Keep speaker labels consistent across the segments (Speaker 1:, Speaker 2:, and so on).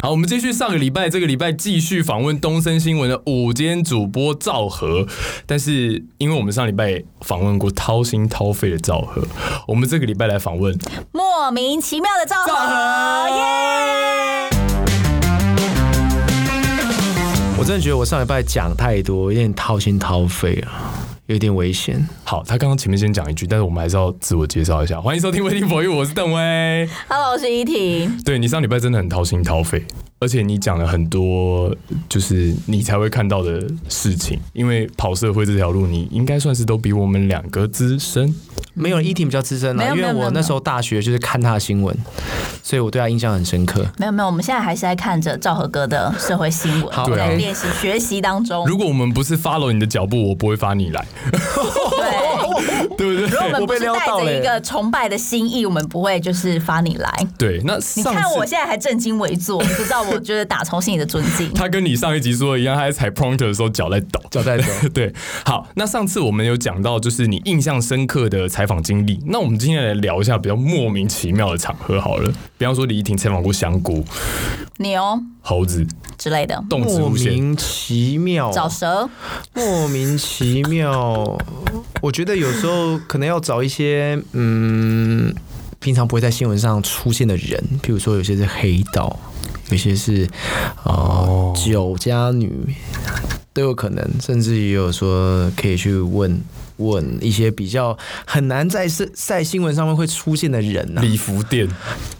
Speaker 1: 好，我们继续上个礼拜，这个礼拜继续访问东森新闻的午间主播赵和，但是因为我们上礼拜访问过掏心掏肺的赵和，我们这个礼拜来访问
Speaker 2: 莫名其妙的赵
Speaker 1: 赵哦
Speaker 2: 和，耶！
Speaker 1: 和。
Speaker 3: 我真的觉得我上礼拜讲太多，有点掏心掏肺啊，有点危险。
Speaker 1: 好，他刚刚前面先讲一句，但是我们还是要自我介绍一下，欢迎收听《微听博弈》，我是邓威。
Speaker 2: Hello，我是 E 依婷。
Speaker 1: 对你上礼拜真的很掏心掏肺，而且你讲了很多就是你才会看到的事情，因为跑社会这条路，你应该算是都比我们两个资深。
Speaker 3: 没有一婷比较资深
Speaker 2: 没
Speaker 3: 了，
Speaker 2: 有没
Speaker 3: 因
Speaker 2: 有
Speaker 3: 为
Speaker 2: 没有
Speaker 3: 我那时候大学就是看他的新闻，所以我对他印象很深刻。
Speaker 2: 没有没有，我们现在还是在看着赵和哥的社会新闻
Speaker 3: 好，
Speaker 1: 对啊
Speaker 2: 在练习学习当中。
Speaker 1: 如果我们不是 follow 你的脚步，我不会发你来，
Speaker 2: 对，
Speaker 1: 对不
Speaker 2: 如果我
Speaker 1: 对？
Speaker 2: 们不
Speaker 3: 我被
Speaker 2: 是
Speaker 3: 撩
Speaker 2: 带
Speaker 3: 到
Speaker 2: 着
Speaker 3: 嘞
Speaker 2: 一个崇拜的心意，我们不会就是发你来。
Speaker 1: 对，那
Speaker 2: 你
Speaker 1: 上
Speaker 2: 看我
Speaker 1: 次
Speaker 2: 现在还正襟危坐，你就知道我就是打从心里的尊敬。
Speaker 1: 他跟你上一集说的一样，他在踩 prompter 的时候脚在抖。
Speaker 3: 交代走，
Speaker 1: 对，好，那上次我们有讲到，就是你印象深刻的采访经历。那我们今天来聊一下比较莫名其妙的场合好了，比方说李依婷采访过香菇、
Speaker 2: 牛
Speaker 1: 猴子、
Speaker 2: 哦之类的，
Speaker 1: 动植
Speaker 3: 莫
Speaker 1: 物线。
Speaker 3: 名其妙，
Speaker 2: 找蛇，
Speaker 3: 莫名其妙。我觉得有时候可能要找一些嗯，平常不会在新闻上出现的人，譬如说有些是黑道，有些是哦、呃酒家女，都有可能，甚至也有说可以去问问一些比较很难在是在新闻上面会出现的人啊呐、
Speaker 1: 礼服店，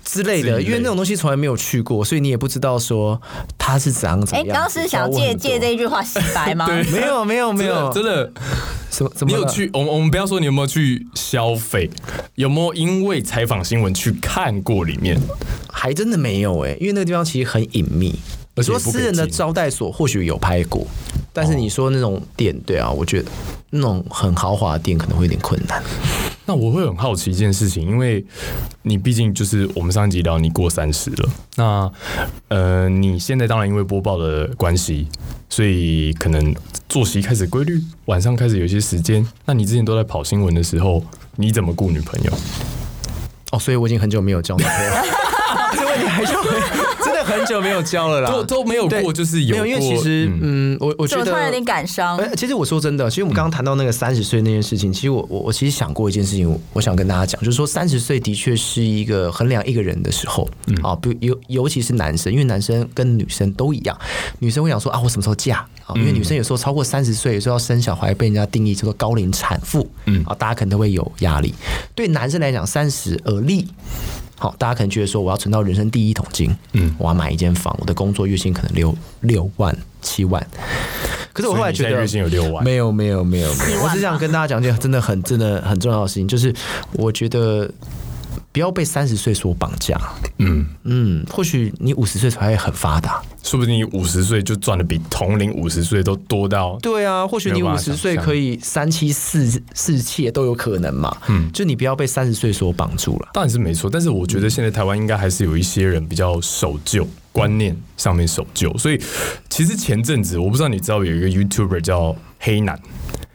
Speaker 3: 之类
Speaker 1: 之
Speaker 3: 的，
Speaker 1: 类
Speaker 3: 因为那种东西从来没有去过，所以你也不知道说他是怎样怎
Speaker 2: 哎，
Speaker 3: 样。
Speaker 2: 刚刚是想借借这一句话洗白吗？
Speaker 1: 对
Speaker 3: 没有没有没
Speaker 1: 真
Speaker 3: 有
Speaker 1: 的真的，
Speaker 3: 什么怎
Speaker 1: 你
Speaker 3: 么了
Speaker 1: 有去？我们我们不要说你有没有去消费，有没有因为采访新闻去看过里面？
Speaker 3: 还真的没有哎、因为那个地方其实很隐秘。
Speaker 1: 而
Speaker 3: 你
Speaker 1: 且也
Speaker 3: 说
Speaker 1: 不给
Speaker 3: 私人的
Speaker 1: 进
Speaker 3: 招待所或许有拍过，但是你说那种店，对啊，我觉得那种很豪华的店可能会有点困难。
Speaker 1: 那我会很好奇一件事情，因为你毕竟就是我们上一集聊你过三十了，那呃，你现在当然因为播报的关系，所以可能作息开始规律，晚上开始有一些时间。那你之前都在跑新闻的时候，你怎么顾女朋友？
Speaker 3: 哦，所以我已经很久没有交男朋友了， 这问题还就真的很久没有交了啦。
Speaker 1: 啊都都没有
Speaker 3: 对
Speaker 1: 过，就是有
Speaker 3: 没有，因为其
Speaker 1: 过
Speaker 3: 实嗯，我我觉
Speaker 2: 怎么
Speaker 3: 得
Speaker 2: 突然有点感伤？
Speaker 3: 哎，其实我说真的，其实我们刚刚谈到那个三十岁那件事情，其实我我我其实想过一件事情，我我想跟大家讲，就是说三十岁的确是一个衡量一个人的时候，啊，不尤尤其是男生，因为男生跟女生都一样，女生会想说啊，我什么时候嫁啊？因为女生有时候超过三十岁，有时候要生小孩，被人家定义叫做高龄产妇，嗯啊，大家可能都会有压力。对男生来讲，三十而立。好，大家可能觉得说，我要存到人生第一桶金，嗯，我要买一间房，我的工作月薪可能六六万七万，可是我后来觉
Speaker 1: 所以你现在
Speaker 3: 得
Speaker 1: 月薪有六万，
Speaker 3: 没有没有没有没
Speaker 2: 希
Speaker 3: 有，
Speaker 2: 望
Speaker 3: 我只想跟大家讲一件真的很真的很重要的事情，就是我觉得不要被三十岁所绑架。
Speaker 1: 嗯，
Speaker 3: 嗯，或许你五十岁才会很发达。
Speaker 1: 说不定你五十岁就赚的比同龄五十岁都多到
Speaker 3: 对啊，或许
Speaker 1: 没
Speaker 3: 你
Speaker 1: 有办
Speaker 3: 五
Speaker 1: 法想
Speaker 3: 十岁
Speaker 1: 象
Speaker 3: 可以三妻四四妾都有可能嘛。嗯，就你不要被三十岁所绑住了。
Speaker 1: 当然是没错，但是我觉得现在台湾应该还是有一些人比较守旧，观念上面守旧，所以其实前阵子我不知道你知道有一个 YouTuber 叫黑男。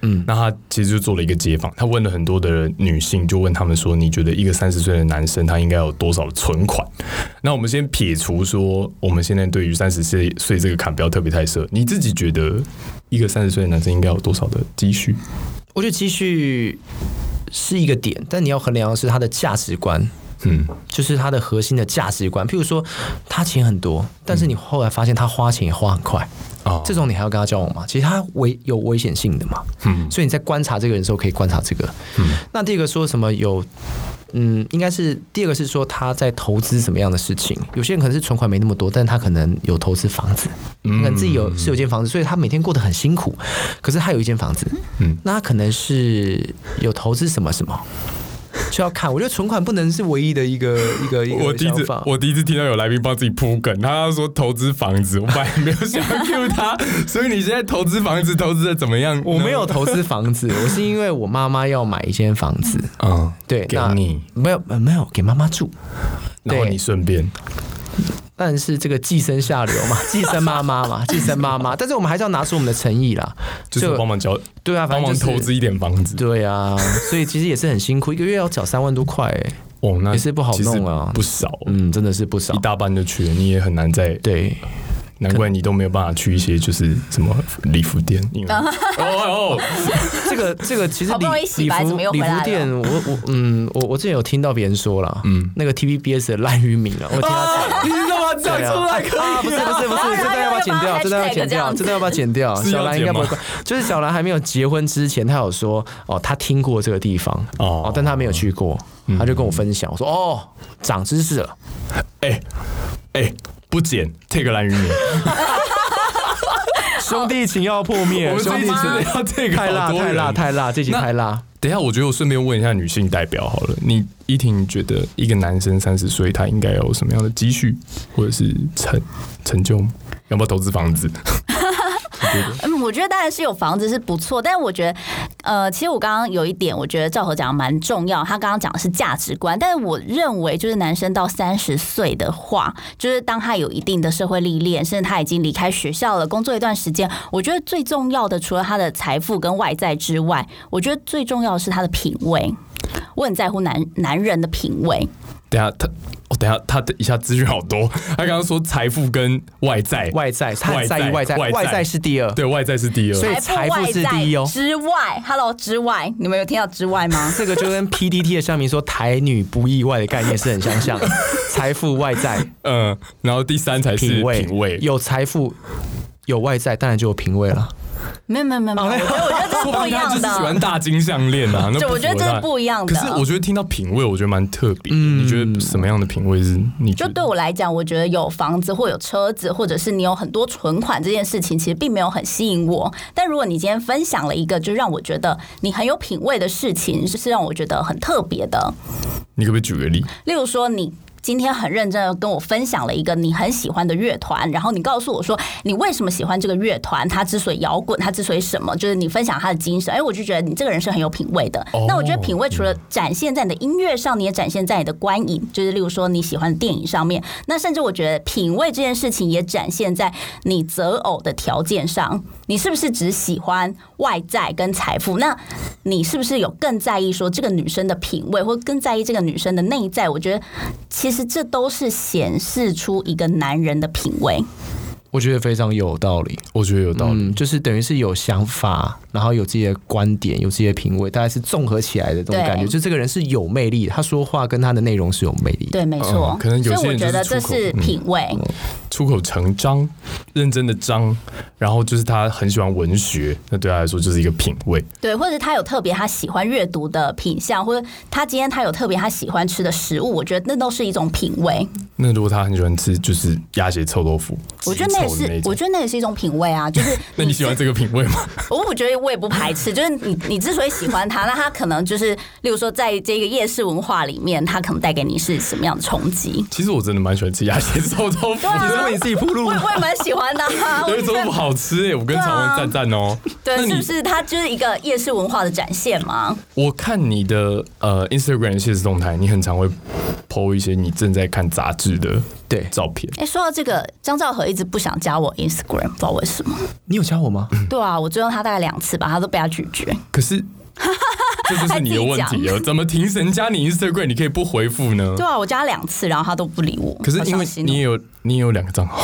Speaker 1: 嗯，那他其实就做了一个街访，他问了很多的女性，就问他们说，你觉得一个三十岁的男生他应该有多少存款？那我们先撇除说，我们现在对于三十岁岁这个坎不要特别太设，你自己觉得一个三十岁的男生应该有多少的积蓄？
Speaker 3: 我觉得积蓄是一个点，但你要衡量的是他的价值观。
Speaker 1: 嗯，
Speaker 3: 就是他的核心的价值观，譬如说他钱很多，但是你后来发现他花钱也花很快，
Speaker 1: 哦
Speaker 3: 这种你还要跟他交往吗？其实他危有危险性的嘛，
Speaker 1: 嗯
Speaker 3: 所以你在观察这个人的时候可以观察这个。那第一个说什么有，嗯，应该是第二个是说他在投资什么样的事情。有些人可能是存款没那么多，但他可能有投资房子，他
Speaker 1: 嗯
Speaker 3: 可能自己有是有间房子，所以他每天过得很辛苦，可是他有一间房子，
Speaker 1: 嗯
Speaker 3: 那他可能是有投资什么什么。就要看，我觉得存款不能是唯一的一个一个一个
Speaker 1: 我第一
Speaker 3: 想
Speaker 1: 次
Speaker 3: 法
Speaker 1: 我第一次听到有来宾帮自己铺梗，他说投资房子， 我本来没有想要 Q 他，所以你现在投资房子投资的怎么样？
Speaker 3: 我没有，投资房 子，我是因为我妈妈要买一间房子，
Speaker 1: 嗯，
Speaker 3: 对，
Speaker 1: 给
Speaker 3: 那
Speaker 1: 你，
Speaker 3: 没有呃没有给妈妈住，
Speaker 1: 然后
Speaker 3: 对
Speaker 1: 你顺便，
Speaker 3: 但是这个寄生下流嘛， 寄生妈妈嘛， 寄生妈妈，但是我们还是要拿出我们的诚意啦，
Speaker 1: 就是帮忙交，
Speaker 3: 对啊，
Speaker 1: 帮
Speaker 3: 反正、
Speaker 1: 忙
Speaker 3: 就是、
Speaker 1: 投资一点房子。
Speaker 3: 对啊，所以其实也是很辛苦，一个月要缴三万多块、欸，
Speaker 1: 哦，那
Speaker 3: 也是不好弄啊
Speaker 1: 其实不少，
Speaker 3: 嗯，真的是不少
Speaker 1: 哦一。大半就去了，你也很难再，
Speaker 3: 对，
Speaker 1: 难怪你都没有办法去一些就是什么礼服店，因为哦哦，哦
Speaker 3: 这个这个其实
Speaker 2: 好不
Speaker 3: 礼
Speaker 2: 容易洗
Speaker 3: 礼
Speaker 2: 白怎
Speaker 3: 服
Speaker 2: 么又回
Speaker 3: 礼
Speaker 2: 来了
Speaker 3: 服店，我我嗯，我我之前有听到别人说了，嗯，那个 TVBS 的赖玉敏啊，我听 他讲。
Speaker 1: 你怎么讲
Speaker 3: 对啊
Speaker 1: 出来可
Speaker 3: 啊，不
Speaker 1: 以
Speaker 3: 是
Speaker 1: 啊？
Speaker 3: 不是 不是，这段要不要剪掉？这段要剪掉，这段要不要剪掉？
Speaker 1: 是要
Speaker 3: 小兰应该不会
Speaker 1: 剪
Speaker 3: 管，就是小兰还没有结婚之前，她有说哦，她听过这个地方
Speaker 1: 哦嗯
Speaker 3: 哦，但她没有去过，她就跟我分享，我说哦，长知识 了，
Speaker 1: 哎哎，不剪，take 蓝鱼米，
Speaker 3: 兄弟情要破灭
Speaker 1: 我，们
Speaker 3: 兄
Speaker 1: 这一
Speaker 3: 弟
Speaker 1: 集真的
Speaker 3: 情
Speaker 1: 要 take
Speaker 3: 太辣
Speaker 1: 好多
Speaker 3: 太辣
Speaker 1: 人
Speaker 3: 太辣，这集
Speaker 1: 那
Speaker 3: 太辣。
Speaker 1: 等一下，我觉得我顺便问一下女性代表好了，你依婷你觉得一个男生三十岁他应该有什么样的积蓄或者是成成就吗？要不要投资房子？
Speaker 2: 嗯，我觉得当然是有房子是不错，但我觉得，呃，其实我刚刚有一点，我觉得赵和讲得蛮重要。他刚刚讲的是价值观，但是我认为就是男生到三十岁的话，就是当他有一定的社会历练，甚至他已经离开学校了，工作一段时间，我觉得最重要的除了他的财富跟外在之外，我觉得最重要的是他的品味。我很在乎男男人的品味，
Speaker 1: 等一下他，哦，等一下他的一下资讯好多，他刚刚说财富跟外在，
Speaker 3: 外在，她很在意
Speaker 1: 外
Speaker 3: 外
Speaker 1: 在
Speaker 3: 在，
Speaker 1: 外
Speaker 3: 外
Speaker 1: 在
Speaker 3: 在是第二。
Speaker 1: 对外在是第二，
Speaker 3: 所以
Speaker 2: 财富
Speaker 3: 财
Speaker 2: 外
Speaker 3: 富是
Speaker 2: 在
Speaker 3: 第一哦
Speaker 2: 之外，Hello 之外，你们有听到之外吗？
Speaker 3: 这个就跟 PDT 的上面说“台女不意外”的概念是很相 像的，财富外在，
Speaker 1: 嗯，然后第三才是
Speaker 3: 品
Speaker 1: 品味，
Speaker 3: 味，有财富，有外在，当然就有品味了。
Speaker 2: 没有没有没有，没哦有我觉得我觉得这是
Speaker 1: 说
Speaker 2: 不
Speaker 1: 不
Speaker 2: 一
Speaker 1: 定他
Speaker 2: 样
Speaker 1: 就是喜欢
Speaker 2: 的。
Speaker 1: 大金项链啊，那
Speaker 2: 就我觉得
Speaker 1: 符合
Speaker 2: 这是
Speaker 1: 他
Speaker 2: 不一样的嗯
Speaker 1: 可是我觉得听到品味，我觉得蛮特别的。你觉得什么样的品味是你觉
Speaker 2: 就
Speaker 1: 得？
Speaker 2: 对我来讲，我觉得有房子或有车子，或者是你有很多存款这件事情，其实并没有很吸引我。但如果你今天分享了一个，就让我觉得你很有品味的事情，是让我觉得很特别的。
Speaker 1: 你可不可以举个例？
Speaker 2: 例如说，你今天很认真的跟我分享了一个你很喜欢的乐团，然后你告诉我说你为什么喜欢这个乐团，它之所以摇滚，它之所以什么，就是你分享它的精神。哎，我就觉得你这个人是很有品味的。
Speaker 1: 哦
Speaker 2: 那我觉得品味除了展现在你的音乐上，你也展现在你的观影，就是例如说你喜欢的电影上面。那甚至我觉得品味这件事情也展现在你择偶的条件上。你是不是只喜欢外在跟财富？那你是不是有更在意说这个女生的品味，或更在意这个女生的内在？我觉得其实这都是显示出一个男人的品味。
Speaker 3: 我觉得非常有道理，
Speaker 1: 我觉得有道理。
Speaker 3: 嗯，就是等于是有想法，然后有自己的观点，有自己的品味，大概是综合起来的这种
Speaker 2: 对
Speaker 3: 感觉。就这个人是有魅力的，他说话跟他的内容是有魅力的。
Speaker 2: 对，没错、
Speaker 1: 嗯可能有些
Speaker 2: 所
Speaker 1: 人
Speaker 2: 以我觉得
Speaker 1: 就是
Speaker 2: 这
Speaker 1: 出口嗯
Speaker 2: 是品味。
Speaker 1: 出口成章，认真的章，然后就是他很喜欢文学，那对他来说就是一个品味。
Speaker 2: 对，或者他有特别他喜欢阅读的品相，或者他今天他有特别他喜欢吃的食物，我觉得那都是一种品味。
Speaker 1: 那如果他很喜欢吃就是鸭血臭豆腐，
Speaker 2: 我觉得那也
Speaker 1: 极臭的
Speaker 2: 是，
Speaker 1: 种
Speaker 2: 我觉得那也是一种品味啊。就是
Speaker 1: 那你喜欢这个品味吗？
Speaker 2: 我我觉得我也不排斥，就是你你之所以喜欢他，那他可能就是，例如说在这个夜市文化里面，他可能带给你是什么样的冲击？
Speaker 1: 其实我真的蛮喜欢吃鸭血臭豆腐，
Speaker 2: 啊
Speaker 1: 你是为你自己铺路哎
Speaker 2: 我也我也蛮喜欢 的、
Speaker 1: 鸭
Speaker 2: 啊，我
Speaker 1: 血臭
Speaker 2: 觉
Speaker 1: 豆
Speaker 2: 得
Speaker 1: 腐好吃诶、我跟常文赞赞哦。
Speaker 2: 对
Speaker 1: 那，你
Speaker 2: 是不是它就是一个夜市文化的展现嘛？
Speaker 1: 我看你的呃 Instagram 现实动态，你很常会 PO 一些你正在看杂志的
Speaker 3: 对，
Speaker 1: 照片。
Speaker 2: 哎、说到这个，张兆和一直不想加我 Instagram，不知道为什么。
Speaker 3: 你有加我吗？
Speaker 1: 嗯
Speaker 2: 对啊，我追踪他大概两次吧，他都被他拒绝。
Speaker 1: 可是这就是 你的问题了，怎么庭审加你 Instagram 你可以不回复呢？
Speaker 3: 嗯
Speaker 2: 对啊，我加他两次，然后他都不理我。
Speaker 1: 可是因
Speaker 2: 好
Speaker 1: 为
Speaker 2: 伤心哦
Speaker 1: 你也有你也有两个账号，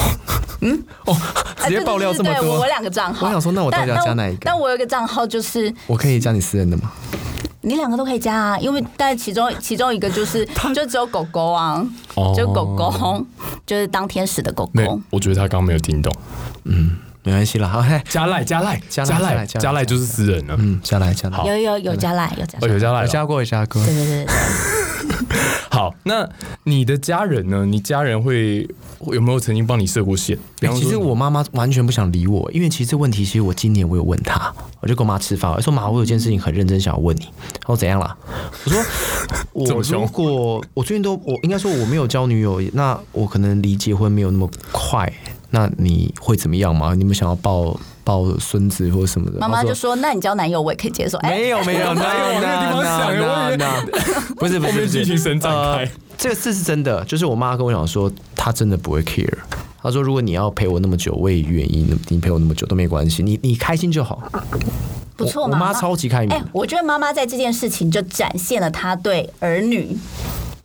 Speaker 2: 哎对
Speaker 3: 直接
Speaker 2: 对
Speaker 3: 爆料
Speaker 2: 对
Speaker 3: 这么
Speaker 2: 对
Speaker 3: 多
Speaker 2: 我我两个账号。
Speaker 3: 我想说那我到
Speaker 2: 但
Speaker 3: 底要
Speaker 2: 但
Speaker 3: 加哪一个
Speaker 2: 但我有一个账号就是
Speaker 3: 我可以加你私人的吗？
Speaker 2: 你两个都可以加啊，因为但其中其中一个 就是就只有狗狗啊，
Speaker 1: 哦
Speaker 2: 就狗狗就是当天使的狗
Speaker 1: 没
Speaker 2: 狗
Speaker 1: 有，。我觉得他刚刚没有听懂。
Speaker 3: 没关系啦，好，嘿
Speaker 1: 加赖加赖
Speaker 3: 加
Speaker 1: 加
Speaker 3: 赖
Speaker 1: 赖
Speaker 3: 加赖加赖
Speaker 1: 加赖就是私人了。
Speaker 3: 嗯，加来加来，
Speaker 2: 有有有加赖有加
Speaker 1: 哦，
Speaker 2: 赖，
Speaker 1: 有加赖
Speaker 3: 有
Speaker 1: 了。
Speaker 3: 加过有加过
Speaker 2: 对。对对对对。
Speaker 1: 好，那你的家人呢？你家人会有没有曾经帮你设过线？比
Speaker 3: 欸
Speaker 1: 方说
Speaker 3: 其实我妈妈完全不想理我，因为其实这问题，其实我今年我有问她，我就跟我妈吃饭，我说妈，我有件事情很认真想要问你。她说怎样啦？我 说
Speaker 1: 这
Speaker 3: 我
Speaker 1: 么凶
Speaker 3: 如果我最近都我应该说我没有交女友，那我可能离结婚没有那么快，那你会怎么样吗？你们想要抱抱孙子或什么的？
Speaker 2: 妈妈
Speaker 3: 她
Speaker 2: 就说：“那你交男友我也可以接受。”哎，
Speaker 3: 没有没 有，那
Speaker 1: 往那个地方想我以为
Speaker 3: 那那那，不是不
Speaker 1: 后
Speaker 3: 是
Speaker 1: 面
Speaker 3: 不
Speaker 1: 剧
Speaker 3: 是
Speaker 1: 情神展开
Speaker 3: 呃这个事是真的，就是我妈跟我讲说，她真的不会 care。她说：“如果你要陪我那么久，我也愿意。你陪我那么久都没关系，你你开心就好。
Speaker 2: 啊不错
Speaker 3: 我
Speaker 2: 嘛。哎
Speaker 3: 妈超级开明
Speaker 2: 哎，我觉得妈妈在这件事情就展现了她对儿女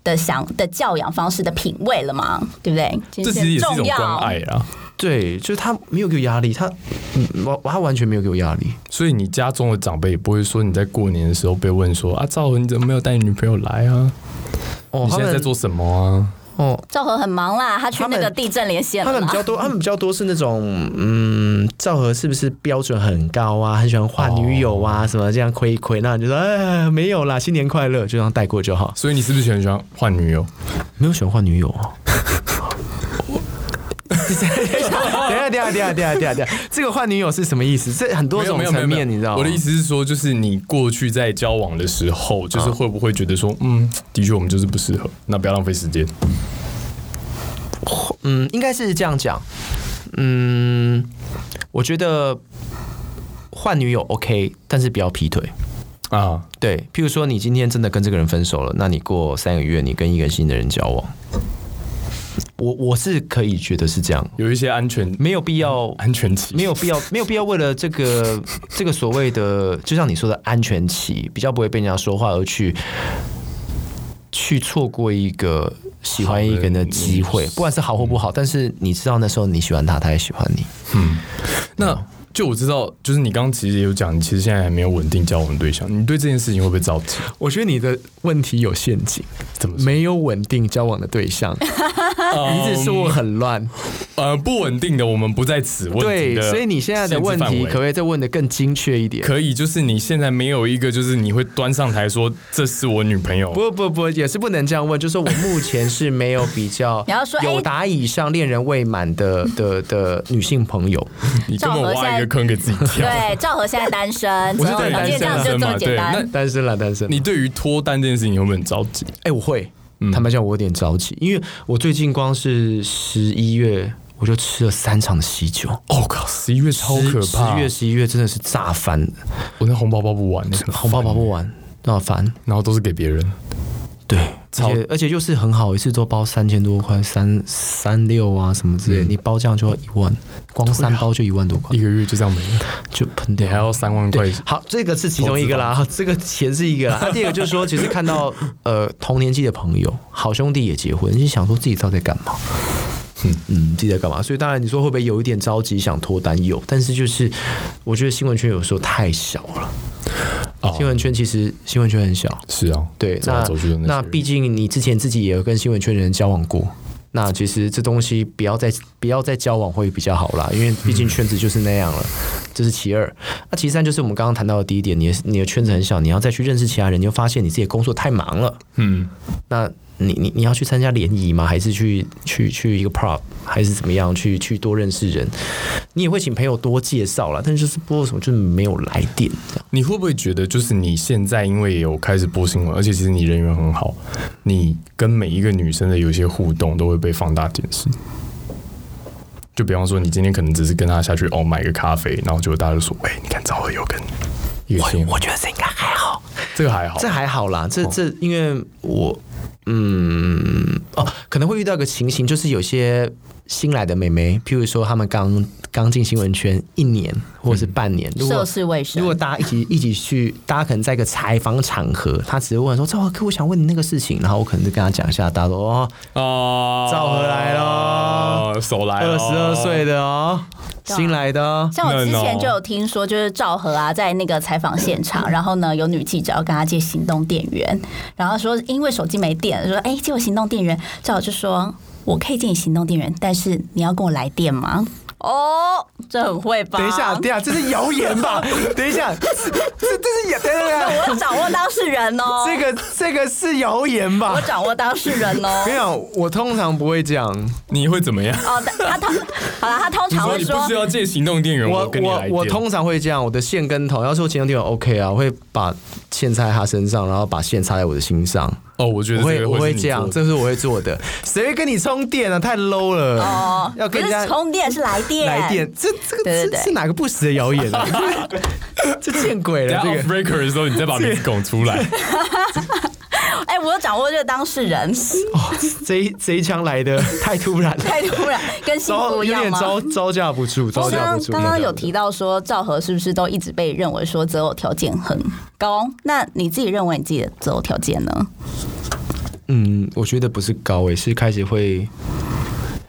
Speaker 2: 的想的教养方式的品味了嘛，对不对？
Speaker 1: 这其实也是一
Speaker 2: 很
Speaker 1: 种
Speaker 2: 重
Speaker 1: 关
Speaker 2: 要。
Speaker 1: 爱啊。
Speaker 3: 对，就是他没有给我压力，他嗯我他完全没有给我压力。
Speaker 1: 所以你家中的长辈也不会说你在过年的时候被问说啊，赵恒你怎么没有带你女朋友来啊？
Speaker 3: 哦
Speaker 1: 你现在在做什么啊？
Speaker 3: 哦，
Speaker 2: 赵和很忙啦，他去
Speaker 3: 他
Speaker 2: 那
Speaker 3: 们
Speaker 2: 个地震连线
Speaker 3: 他
Speaker 2: 了
Speaker 3: 们
Speaker 2: 啦
Speaker 3: 比。较多，他们比较多是那种，嗯，赵和是不是标准很高啊？很喜欢画女友啊，什么这样亏一亏，那你就说，哎，没有啦，新年快乐，就这样带过就好。
Speaker 1: 所以你是不是很喜欢换女友？
Speaker 3: 没有喜欢画女友啊。等一下，等一下，等一下，等一下，等一下，等一下，这个换女友是什么意思？这很多
Speaker 1: 没有
Speaker 3: 种
Speaker 1: 没有没有
Speaker 3: 层
Speaker 1: 没有
Speaker 3: 面，你知道吗？
Speaker 1: 我的意思是说，就是你过去在交往的时候，就是会不会觉得说，嗯，的确我们就是不适合，那不要浪费时间。
Speaker 3: 嗯，应该是这样讲。嗯，我觉得换女友 OK，但是不要劈腿。
Speaker 1: 啊，
Speaker 3: 对，譬如说你今天真的跟这个人分手了，那你过三个月你跟一个新的人交往，我我是可以觉得是这样，
Speaker 1: 有一些安全
Speaker 3: 没有必要，
Speaker 1: 安全期，
Speaker 3: 没有必要，没有必要为了这个这个所谓的，就像你说的安全期，比较不会被人家说话而去去错过一个喜欢一个人的嗯机会，不管是好或不好，但是你知道那时候你喜欢他，他也喜欢你，
Speaker 1: 那。就我知道，就是你刚刚其实也有讲，你其实现在还没有稳定交往的对象，你对这件事情会不会着急？
Speaker 3: 我觉得你的问题有陷阱，
Speaker 1: 怎么说
Speaker 3: 没有稳定交往的对 象，你只说我很乱。
Speaker 1: 呃，不稳定的我们不在此问题
Speaker 3: 对
Speaker 1: 的，
Speaker 3: 所以你现在的
Speaker 1: 限制
Speaker 3: 问
Speaker 1: 范
Speaker 3: 题
Speaker 1: 围
Speaker 3: 可不可以再问的更精确一点？
Speaker 1: 可以，就是你现在没有一个，就是你会端上台说这是我女朋友，
Speaker 3: 不不不，也是不能这样问。就是我目前是没有比较
Speaker 2: 你要说哎
Speaker 3: 有达以上恋人未满的的的女性朋友，
Speaker 1: 你根本挖一个坑给自己跳。
Speaker 2: 对，赵和现在单身，
Speaker 1: 我是
Speaker 2: 只有
Speaker 1: 在
Speaker 2: 条
Speaker 3: 啊
Speaker 1: 单
Speaker 2: 件这样就这
Speaker 1: 身
Speaker 2: 么
Speaker 1: 嘛，
Speaker 2: 简
Speaker 1: 对。那
Speaker 2: 单。
Speaker 3: 单身啦，单身啦。
Speaker 1: 你对于脱单这件事情有没有很着急？
Speaker 3: 哎、我会，坦白讲，我有点着急，因为我最近光是十一月我就吃了三场的喜酒，
Speaker 1: 哦靠，十一月超可怕，
Speaker 3: 十月十一月真的是炸翻，
Speaker 1: 我那红包包不完，
Speaker 3: 红包包不完，那烦。
Speaker 1: 然后都是给别人。
Speaker 3: 对，
Speaker 1: 超
Speaker 3: 而且而且又是很好，一次都包三千多块，三三六啊什么之类的，你包这样就要一万，光三包就一万多块
Speaker 1: 一，个月就这样没了，
Speaker 3: 就喷
Speaker 1: 你还
Speaker 3: 掉。
Speaker 1: 要三万块，
Speaker 3: 好，这个是其中一个啦， 这个钱是一个啦。啊第二个就是说，其实看到 呃同年纪的朋友、好兄弟也结婚，你就想说自己到底在干嘛？嗯，自己在干嘛？所以当然你说会不会有一点着急想脱单？有，但是就是我觉得新闻圈有时候太小了。
Speaker 1: 哦
Speaker 3: 新闻圈其实新闻圈很小，
Speaker 1: 是啊，
Speaker 3: 对，
Speaker 1: 走来
Speaker 3: 那
Speaker 1: 走去的那些
Speaker 3: 那
Speaker 1: 人
Speaker 3: 毕竟你之前自己也有跟新闻圈的人交往过，那其实这东西不要再不要再交往会比较好啦，因为毕竟圈子就是那样了，这是其二。那其三就是我们刚刚谈到的第一点，你的你的圈子很小，你要再去认识其他人，你就发现你自己的工作太忙了。
Speaker 1: 嗯，
Speaker 3: 那你你你要去参加联谊吗？还是去去去一个 prop，还是怎么样？去去多认识人，你也会请朋友多介绍啦，但是就是不知道为什么就是没有来电这样。
Speaker 1: 你会不会觉得，就是你现在因为有开始播新闻，而且其实你人缘很好，你跟每一个女生的有些互动都会被放大检视。就比方说，你今天可能只是跟她下去哦买个咖啡，然后结果大家就说：“哎、你看赵和有跟一个新
Speaker 3: 我觉得这应该还好。
Speaker 1: 这个还好，
Speaker 3: 这还好哦啦，这这因为我嗯哦，可能会遇到一个情形，就是有些新来的妹妹，譬如说她们刚刚进新闻圈一年或者是半年，如
Speaker 2: 涉
Speaker 3: 果
Speaker 2: 世未深
Speaker 3: 如果大家一起一起去，大家可能在一个采访场合，她只是问说：“赵和哥，我想问你那个事情。”然后我可能就跟她讲一下，大家说：“哦，
Speaker 1: 哦，
Speaker 3: 赵和来咯，
Speaker 1: 手来
Speaker 3: 二
Speaker 1: 咯
Speaker 3: 十二岁的哦，新来的哦。”
Speaker 2: 像我之
Speaker 1: 嫩
Speaker 2: 前
Speaker 1: 哦
Speaker 2: 就有听说，就是赵和啊，在那个采访现 场，然后呢，有女记者要跟他借行动电源，然后说因为手机没电，说哎、借我行动电源，赵和就说我可以借你行动电源，但是你要跟我来电吗？哦，这很会吧？
Speaker 3: 等一下，等一下，这是谣言 吧？等一下，这这这是谣，等一下等一下，
Speaker 2: 我掌握当事人哦，
Speaker 3: 这个啊这个是谣言吧？
Speaker 2: 我掌握当事人哦
Speaker 3: 没。有，我通常不会这样。
Speaker 1: 你会怎么样？
Speaker 2: 哦，他通好了，他通
Speaker 1: 你
Speaker 2: 常
Speaker 1: 说
Speaker 2: 会
Speaker 1: 你不需要借行动电源，
Speaker 3: 我
Speaker 1: 跟你来
Speaker 3: 我
Speaker 1: 电
Speaker 3: 通常会这样，我的线跟头，要是我前两天有 OK 啊，我会把线插在他身上，然后把线插在我的心上。
Speaker 1: 哦，我觉
Speaker 3: 我
Speaker 1: 得这
Speaker 3: 会
Speaker 1: 个
Speaker 3: 我
Speaker 1: 会
Speaker 3: 会
Speaker 1: 是你
Speaker 3: 这样，
Speaker 1: 做的
Speaker 3: 这是我会做的。谁会跟你充电啊？太 low 了。
Speaker 2: 哦，
Speaker 3: 要跟人
Speaker 2: 不
Speaker 3: 家
Speaker 2: 是充电是来电，
Speaker 3: 来电，这这个
Speaker 2: 对对
Speaker 3: 这
Speaker 2: 对
Speaker 3: 是哪个不实的谣言啊？ 这见鬼
Speaker 1: 等下
Speaker 3: 了！这
Speaker 1: off
Speaker 3: 个
Speaker 1: breaker 的时候，你 再把名字拱出来。
Speaker 2: 哎、我有掌握这个当事人，
Speaker 3: 哦，这一这一枪来的太突然了，
Speaker 2: 太突然，跟幸
Speaker 3: 招
Speaker 2: 福
Speaker 3: 有
Speaker 2: 一样
Speaker 3: 点
Speaker 2: 吗？
Speaker 3: 招招架不住，招
Speaker 2: 刚
Speaker 3: 架
Speaker 2: 刚
Speaker 3: 不住。
Speaker 2: 刚刚有
Speaker 3: 提。
Speaker 2: 提到说赵和是不是都一直被认为说择偶条件很高？那你自己认为你自己的择偶条件呢？
Speaker 3: 嗯，我觉得不是高诶、是开始会。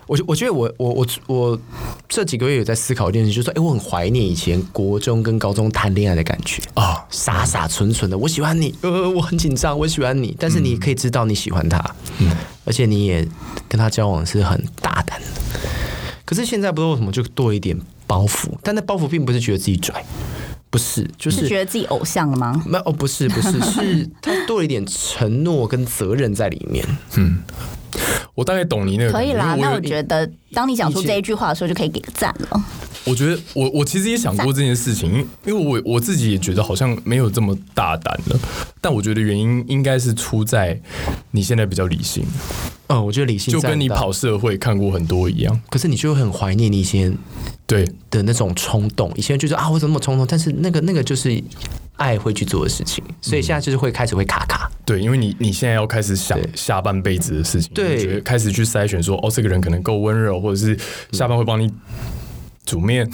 Speaker 3: 我觉我觉得我我我我这几个月有在思考一件事，就是说，哎、我很怀念以前国中跟高中谈恋爱的感觉
Speaker 1: 哦
Speaker 3: 傻傻纯纯的，我喜欢你，呃，我很紧张，我喜欢你，但是你可以知道你喜欢他，而且你也跟他交往是很大胆的。可是现在不知道为什么就多了一点包袱，但那包袱并不是觉得自己拽，不是，就是
Speaker 2: 是觉得自己偶像了吗？
Speaker 3: 没有哦，不是不是，是他多了一点承诺跟责任在里面。
Speaker 1: 我大概懂你那个
Speaker 2: 可
Speaker 1: 感
Speaker 2: 以
Speaker 1: 觉，
Speaker 2: 啦，
Speaker 1: 因为
Speaker 2: 那
Speaker 1: 我
Speaker 2: 我
Speaker 1: 有
Speaker 2: 觉得当你讲出
Speaker 3: 意见
Speaker 2: 这一句话的时候，就可以给个赞了。
Speaker 1: 我觉得我我其实也想过这件事情，因因为我我自己也觉得好像没有这么大胆了，但我觉得原因应该是出在你现在比较理性，
Speaker 3: 嗯，我觉得理性
Speaker 1: 就跟你
Speaker 3: 占大
Speaker 1: 跑社会看过很多一样。
Speaker 3: 可是你就会很怀念你以前
Speaker 1: 对，
Speaker 3: 的那种冲动。以前就是啊，我怎么那么冲动？但是那个那个就是爱会去做的事情，所以现在就是会开始会卡卡。
Speaker 1: 对，因为你你现在要开始想
Speaker 3: 对
Speaker 1: 下半辈子的事情，
Speaker 3: 对
Speaker 1: 你觉得开始去筛选说，哦，这个人可能够温柔，或者是下班会帮你煮面，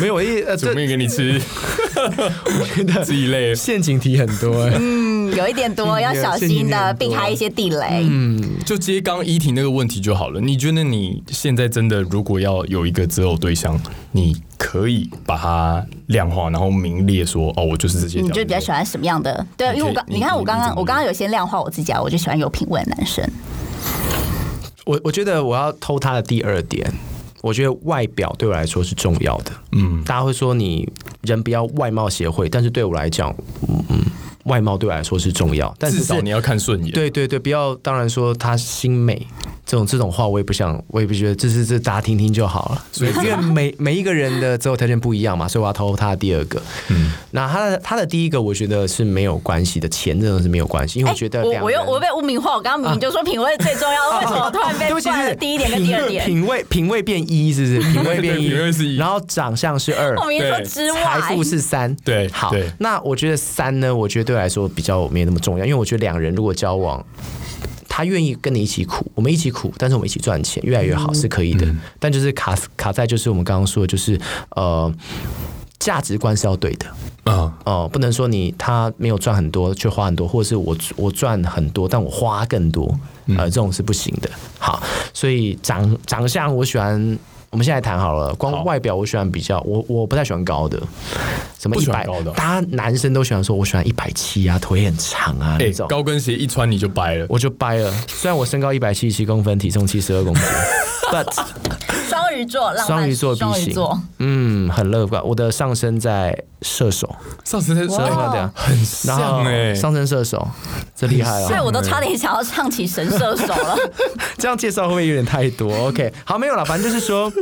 Speaker 3: 没有，因为呃
Speaker 1: 煮面给你吃， 这一类。
Speaker 3: 陷阱题很多、
Speaker 2: 嗯，有一点多，要小
Speaker 3: 陷阱
Speaker 2: 心
Speaker 3: 有
Speaker 2: 的
Speaker 3: 点
Speaker 2: 避
Speaker 3: 多
Speaker 2: 开一些地雷。
Speaker 1: 就接刚刚依婷那个问题就好了。你觉得你现在真的如果要有一个择偶对象，你可以把它量化，然后明列说，哦，我就是这些条件。
Speaker 2: 你就比较喜欢什么样的？对，因为我刚
Speaker 1: 你
Speaker 2: 你看我
Speaker 1: 你
Speaker 2: 刚
Speaker 1: 你
Speaker 2: 刚
Speaker 1: 怎么
Speaker 2: 我刚刚有先量化我自己啊，我就喜欢有品味的男生。
Speaker 3: 我我觉得我要偷他的第二点，我觉得外表对我来说是重要的。嗯，大家会说你人不要外貌协会，但是对我来讲，嗯嗯，外貌对我来说是重要，但是
Speaker 1: 至
Speaker 3: 是
Speaker 1: 少你要看顺眼。
Speaker 3: 对对对，不要当然说她心美这种这种话，我也不想，我也不觉得，这是这大家听听就好了。 所以因为每每一个人的择偶条件不一样嘛，所以我要偷她的第二个。嗯，那她的她的第一个，我觉得是没有关系的，钱真的是没有关系，因为我觉得
Speaker 2: 哎我
Speaker 3: 两
Speaker 2: 我
Speaker 3: 个
Speaker 2: 又
Speaker 3: 人啊
Speaker 2: 我被污名化，我刚刚明明就说品味最重要，为什么我突然被
Speaker 3: 对不起，
Speaker 2: 灌了
Speaker 3: 是
Speaker 2: 第一点跟第二点？
Speaker 3: 品味品味变一，是不是？品 味变一，
Speaker 1: 品味是一
Speaker 3: 然后长相是二，
Speaker 2: 我明明说
Speaker 1: 对
Speaker 2: 之外，
Speaker 3: 财富是三，
Speaker 1: 对
Speaker 3: 好
Speaker 1: 对，
Speaker 3: 那我觉得三呢，我觉得对我来说比较没有那么重要，因为我觉得两人如果交往。他愿意跟你一起苦，我们一起苦，但是我们一起赚钱，越来越好是可以的。
Speaker 1: 嗯
Speaker 3: 但就是卡卡在就是我们刚刚说的，就是呃，价值观是要对的
Speaker 1: 啊，
Speaker 3: 哦、不能说你他没有赚很多却花很多，或者是我我赚很多但我花更多，
Speaker 1: 嗯
Speaker 3: 呃，这种是不行的。好，所以长长相我喜欢。我们现在谈好了，
Speaker 1: 好
Speaker 3: 光外表我喜欢比较，我我不太喜欢高的，什么
Speaker 1: 不
Speaker 3: 一
Speaker 1: 喜欢
Speaker 3: 百
Speaker 1: 高的哦，
Speaker 3: 大家男生都喜欢说我喜欢一百七啊，腿很长啊、
Speaker 1: 哎、
Speaker 3: 那种，
Speaker 1: 高跟鞋一穿你就掰了。
Speaker 3: 我就掰了。虽然我身高一百七七公分，体重七十二 公斤，but
Speaker 2: 双鱼座，浪漫
Speaker 3: 双鱼座必
Speaker 2: 双鱼
Speaker 3: 行
Speaker 2: 座，
Speaker 3: 嗯，很乐观。我的上身在射手，
Speaker 1: 上次在
Speaker 3: 对
Speaker 1: 说
Speaker 2: 哇
Speaker 3: 啊对啊，
Speaker 1: 很
Speaker 3: 然后
Speaker 1: 像哎、
Speaker 3: 上身射手，这厉害了哦
Speaker 2: 所以。我都差点想要唱起神射手 了。
Speaker 3: 这样介绍会不会有点太 多？OK，好，没有了，反正就是说，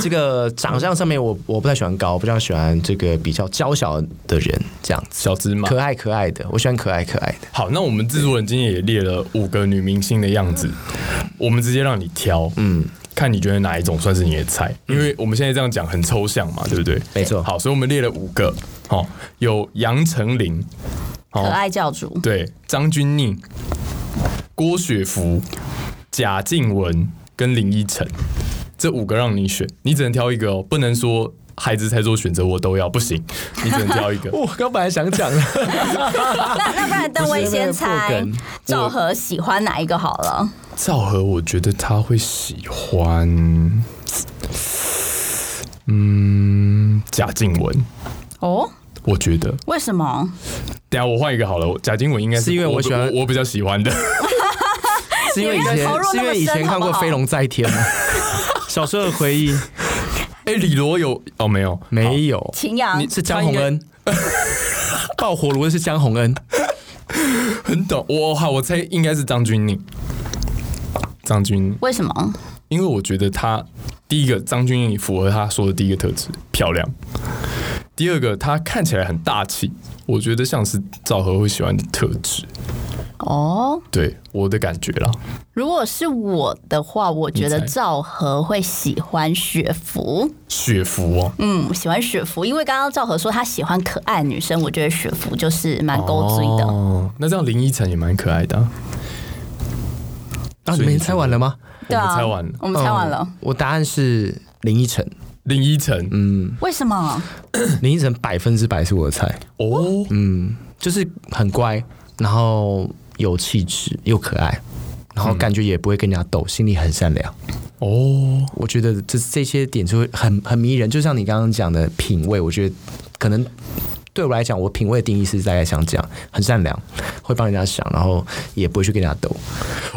Speaker 3: 这个长相上面我我不太喜欢高，不太喜欢这个比较娇小的人，这样子，
Speaker 1: 小芝麻
Speaker 3: 可。爱可爱的，我喜欢可爱可爱的。
Speaker 1: 好，那我们制作人今天也列了五个女明星的样子，我们直接让你挑，嗯，看你觉得哪一种算是你的菜，因为我们现在这样讲很抽象嘛，对不对？
Speaker 3: 嗯没错。
Speaker 1: 好，所以我们列了五个，好、有杨丞琳，
Speaker 2: 可
Speaker 1: 哦，
Speaker 2: 爱教主，
Speaker 1: 对，张钧甯、郭雪芙、贾静雯跟林依晨，这五个让你选，你只能挑一个哦，不能说。孩子才做选择，我都要不行，你只能挑一个
Speaker 3: 我哦刚本来想讲的，
Speaker 2: 那那不然邓威先
Speaker 3: 啊不是
Speaker 2: 猜
Speaker 3: 那个破梗
Speaker 2: 赵和喜欢哪一个好了？
Speaker 1: 赵和，我觉得他会喜欢，嗯，贾静雯。
Speaker 2: 哦，
Speaker 1: 我觉得，
Speaker 2: 为什么？
Speaker 1: 等一下我换一个好了。我贾静雯应该是
Speaker 3: 是因为
Speaker 1: 我
Speaker 3: 我喜欢
Speaker 1: 我我比较喜欢的。
Speaker 3: 是因为以前
Speaker 2: 你没有投入
Speaker 3: 是因为以前看
Speaker 2: 那么深好
Speaker 3: 过
Speaker 2: 不
Speaker 3: 《
Speaker 2: 好
Speaker 3: 飞龙在天》吗？小时候的回忆
Speaker 1: 哎、李罗有哦没有？
Speaker 3: 没有，
Speaker 2: 秦阳
Speaker 1: 你
Speaker 3: 是江宏恩， 爆火炉的是江宏恩，
Speaker 1: 很懂。我好，我猜应该是张钧甯。张钧甯，
Speaker 2: 为什么？
Speaker 1: 因为我觉得他第一个张钧甯符合他说的第一个特质，漂亮。第二个，他看起来很大气，我觉得像是赵和会喜欢的特质。
Speaker 2: 哦，
Speaker 1: 对我的感觉啦，
Speaker 2: 如果是我的话，我觉得
Speaker 1: 你猜
Speaker 2: 赵和会喜欢雪芙。
Speaker 1: 雪芙哦，
Speaker 2: 嗯，喜欢雪芙，因为刚刚赵和说他喜欢可爱女生，我觉得雪芙就是蛮勾追的。
Speaker 1: 哦，那这样林依晨也蛮可爱的啊、
Speaker 3: 啊，
Speaker 1: 所以
Speaker 3: 你
Speaker 1: 你
Speaker 3: 们
Speaker 1: 觉
Speaker 3: 猜
Speaker 1: 得
Speaker 3: 完了吗？
Speaker 2: 对啊，
Speaker 1: 我们猜完了
Speaker 2: 我们猜完了
Speaker 3: 嗯。我答案是林依晨，
Speaker 1: 林依晨，
Speaker 3: 嗯
Speaker 2: 为什么？
Speaker 3: 林依晨百分之百是我的菜。
Speaker 1: 哦，
Speaker 3: 就是很乖，然后有气质又可爱，然后感觉也不会跟人家斗，心里很善良。
Speaker 1: 哦，
Speaker 3: 我觉得这这些点就会很很迷人，就像你刚刚讲的品味，我觉得可能对我来讲，我品味的定义是大概像这样，很善良，会帮人家想，然后也不会去跟人家斗。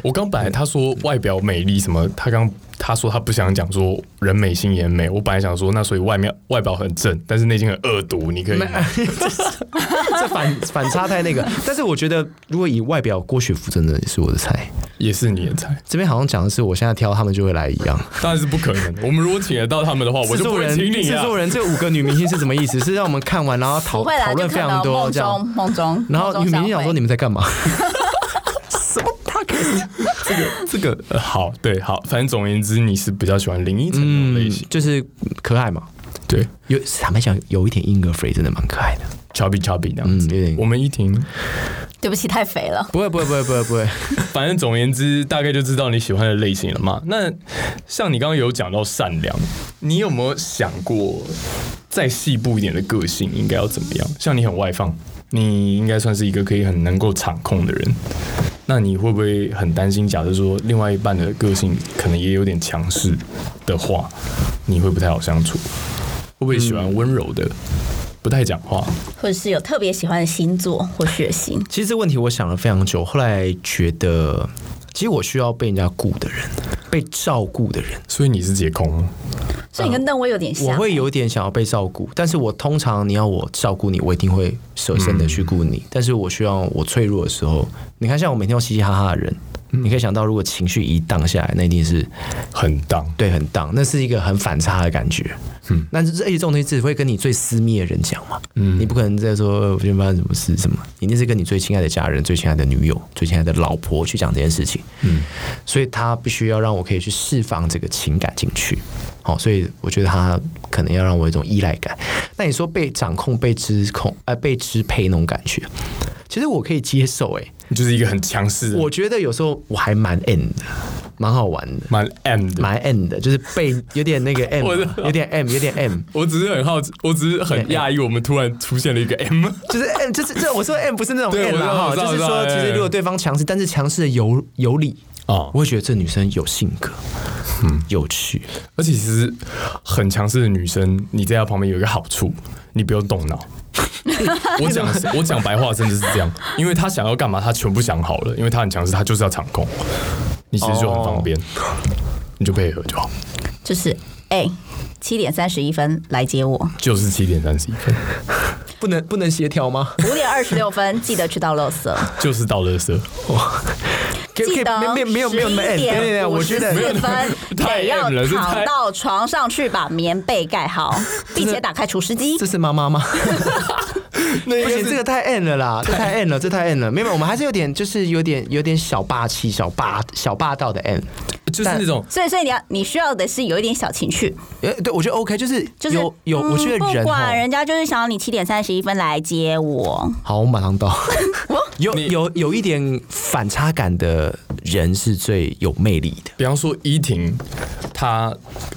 Speaker 1: 我刚本来他说外表美丽什么，他刚他说他不想讲说人美心也美，我本来想说那所以外面外表很正，但是内心很恶毒，你可以吗
Speaker 3: 这反反差太那个，但是我觉得如果以外表，郭雪芙真的是我的菜。
Speaker 1: 也是你的菜，
Speaker 3: 这边好像讲的是我现在挑他们就会来一样。
Speaker 1: 当然是不可能的。我们如果请得到他们的话，我就
Speaker 3: 制
Speaker 1: 不
Speaker 3: 作
Speaker 1: 会
Speaker 3: 人，
Speaker 1: 请你
Speaker 3: 制
Speaker 1: 啊。
Speaker 3: 作人这五个女明星是什 么意思？是让我们看完然后讨
Speaker 2: 不会
Speaker 3: 哦讨
Speaker 2: 啦，就
Speaker 3: 论非
Speaker 2: 看
Speaker 3: 常
Speaker 2: 到
Speaker 3: 多
Speaker 2: 梦
Speaker 3: 这样
Speaker 2: 中，梦中，
Speaker 3: 然后
Speaker 2: 梦中
Speaker 3: 女明
Speaker 2: 相
Speaker 3: 星想
Speaker 2: 会
Speaker 3: 说你们在干嘛？
Speaker 1: 这个呃好，对好，反正总而言之，你是比较喜欢林依晨那种类型，
Speaker 3: 就是可爱嘛。
Speaker 1: 对
Speaker 3: 有坦白讲，有一点婴儿肥真的蛮可爱的。
Speaker 1: ，chubby chubby 那样
Speaker 3: 嗯，
Speaker 1: 子。
Speaker 3: 有点
Speaker 1: 我们一听，
Speaker 2: 对不起，太肥了。
Speaker 3: 不会不会不会不会不会。
Speaker 1: 反正总而言之，大概就知道你喜欢的类型了嘛。那像你刚刚有讲到善良，你有没有想过再细部一点的个性应该要怎么样？像你很外放，你应该算是一个可以很能够场控的人。那你会不会很担心？假设说另外一半的个性可能也有点强势的话，你会不太好相处？会不会喜欢温柔的，不太讲话？
Speaker 2: 或者是有特别喜欢的星座或血型，
Speaker 3: 其实这问题我想了非常久，后来觉得，其实我需要被人家顾的人，被照顾的人。
Speaker 1: 所以你是解控吗？
Speaker 2: 所以你跟邓威有点像。
Speaker 3: 我会有点想要被照顾，但是我通常你要我照顾你，我一定会舍身的去顾你。但是我需要我脆弱的时候，你看像我每天都嘻嘻哈哈的人，你可以想到，如果情绪一荡下来，那一定是
Speaker 1: 很当。
Speaker 3: 对很荡，那是一个很反差的感觉。嗯，但是而且这种东西只会跟你最私密的人讲嘛，嗯，你不可能在说呃我今天发生什么事什么，一定是跟你最亲爱的家人、最亲爱的女友、最亲爱的老婆去讲这件事情。嗯，所以他必须要让我可以去释放这个情感进去。好、所以我觉得他可能要让我有一种依赖感。那你说被掌控、被支控、呃，被支配那种感觉，其实我可以接受、欸。
Speaker 1: 就是一个很强势的，
Speaker 3: 我觉得有时候我还蛮 N 的，蛮好玩的。
Speaker 1: 蛮 M 的。
Speaker 3: 蛮 M 的，就是被有点那个 M，
Speaker 1: 我知
Speaker 3: 啊
Speaker 1: 道
Speaker 3: 有点 M，有点 M，
Speaker 1: 我只是很好奇，我只是很讶异，我们突然出现了一个 M，
Speaker 3: 就是 M，就是 这我说 M 不是那种
Speaker 1: 对
Speaker 3: M 啦
Speaker 1: 我
Speaker 3: 哈，
Speaker 1: 知道
Speaker 3: 就是
Speaker 1: 我知道
Speaker 3: 说
Speaker 1: 哎
Speaker 3: 其实如果对方强势，但是强势的有有理
Speaker 1: 哦
Speaker 3: 我会觉得这女生有性格，嗯，有趣，
Speaker 1: 而且其实很强势的女生，你在她旁边有一个好处，你不用动脑。 我讲我讲白话真的是这样，因为她想要干嘛，她全部想好了，因为她很强势，她就是要场控，你其实就很方便，你就配合就好。
Speaker 2: 就是哎，七点三十一分来接我，
Speaker 1: 就是七点三十一分，
Speaker 3: 不能不能协调吗？
Speaker 2: 五点二十六分记得去倒垃圾，
Speaker 1: 就是到乐色，
Speaker 3: 可以可
Speaker 2: 记
Speaker 3: 以，
Speaker 2: 得
Speaker 3: 没没没有没有那么 M，对对对，我觉得
Speaker 2: 四分
Speaker 1: 太
Speaker 2: 得要
Speaker 1: M 了这太
Speaker 2: 躺到床上去把棉被盖 好，并且打开除湿机
Speaker 3: 这。是妈妈吗？
Speaker 1: 那
Speaker 3: 不行，这个太 N 了啦，这太 N 了，这太 N 了。没有，我们还是有点，就是有点有点小霸气、小霸小霸道的 N。
Speaker 1: 就是那种
Speaker 2: 所以，所以你要你需要的是有一点小情趣，
Speaker 3: 呃，对我觉得 OK，就是
Speaker 2: 就是
Speaker 3: 有有，
Speaker 2: 嗯
Speaker 3: 我觉得人
Speaker 2: 不
Speaker 3: 哦
Speaker 2: 管人家就是想要你七点三十一分来接我，
Speaker 3: 好， 我马上到。有
Speaker 1: 你
Speaker 3: 有有一点反差感的人是最有魅力的。
Speaker 1: 比方说依婷，她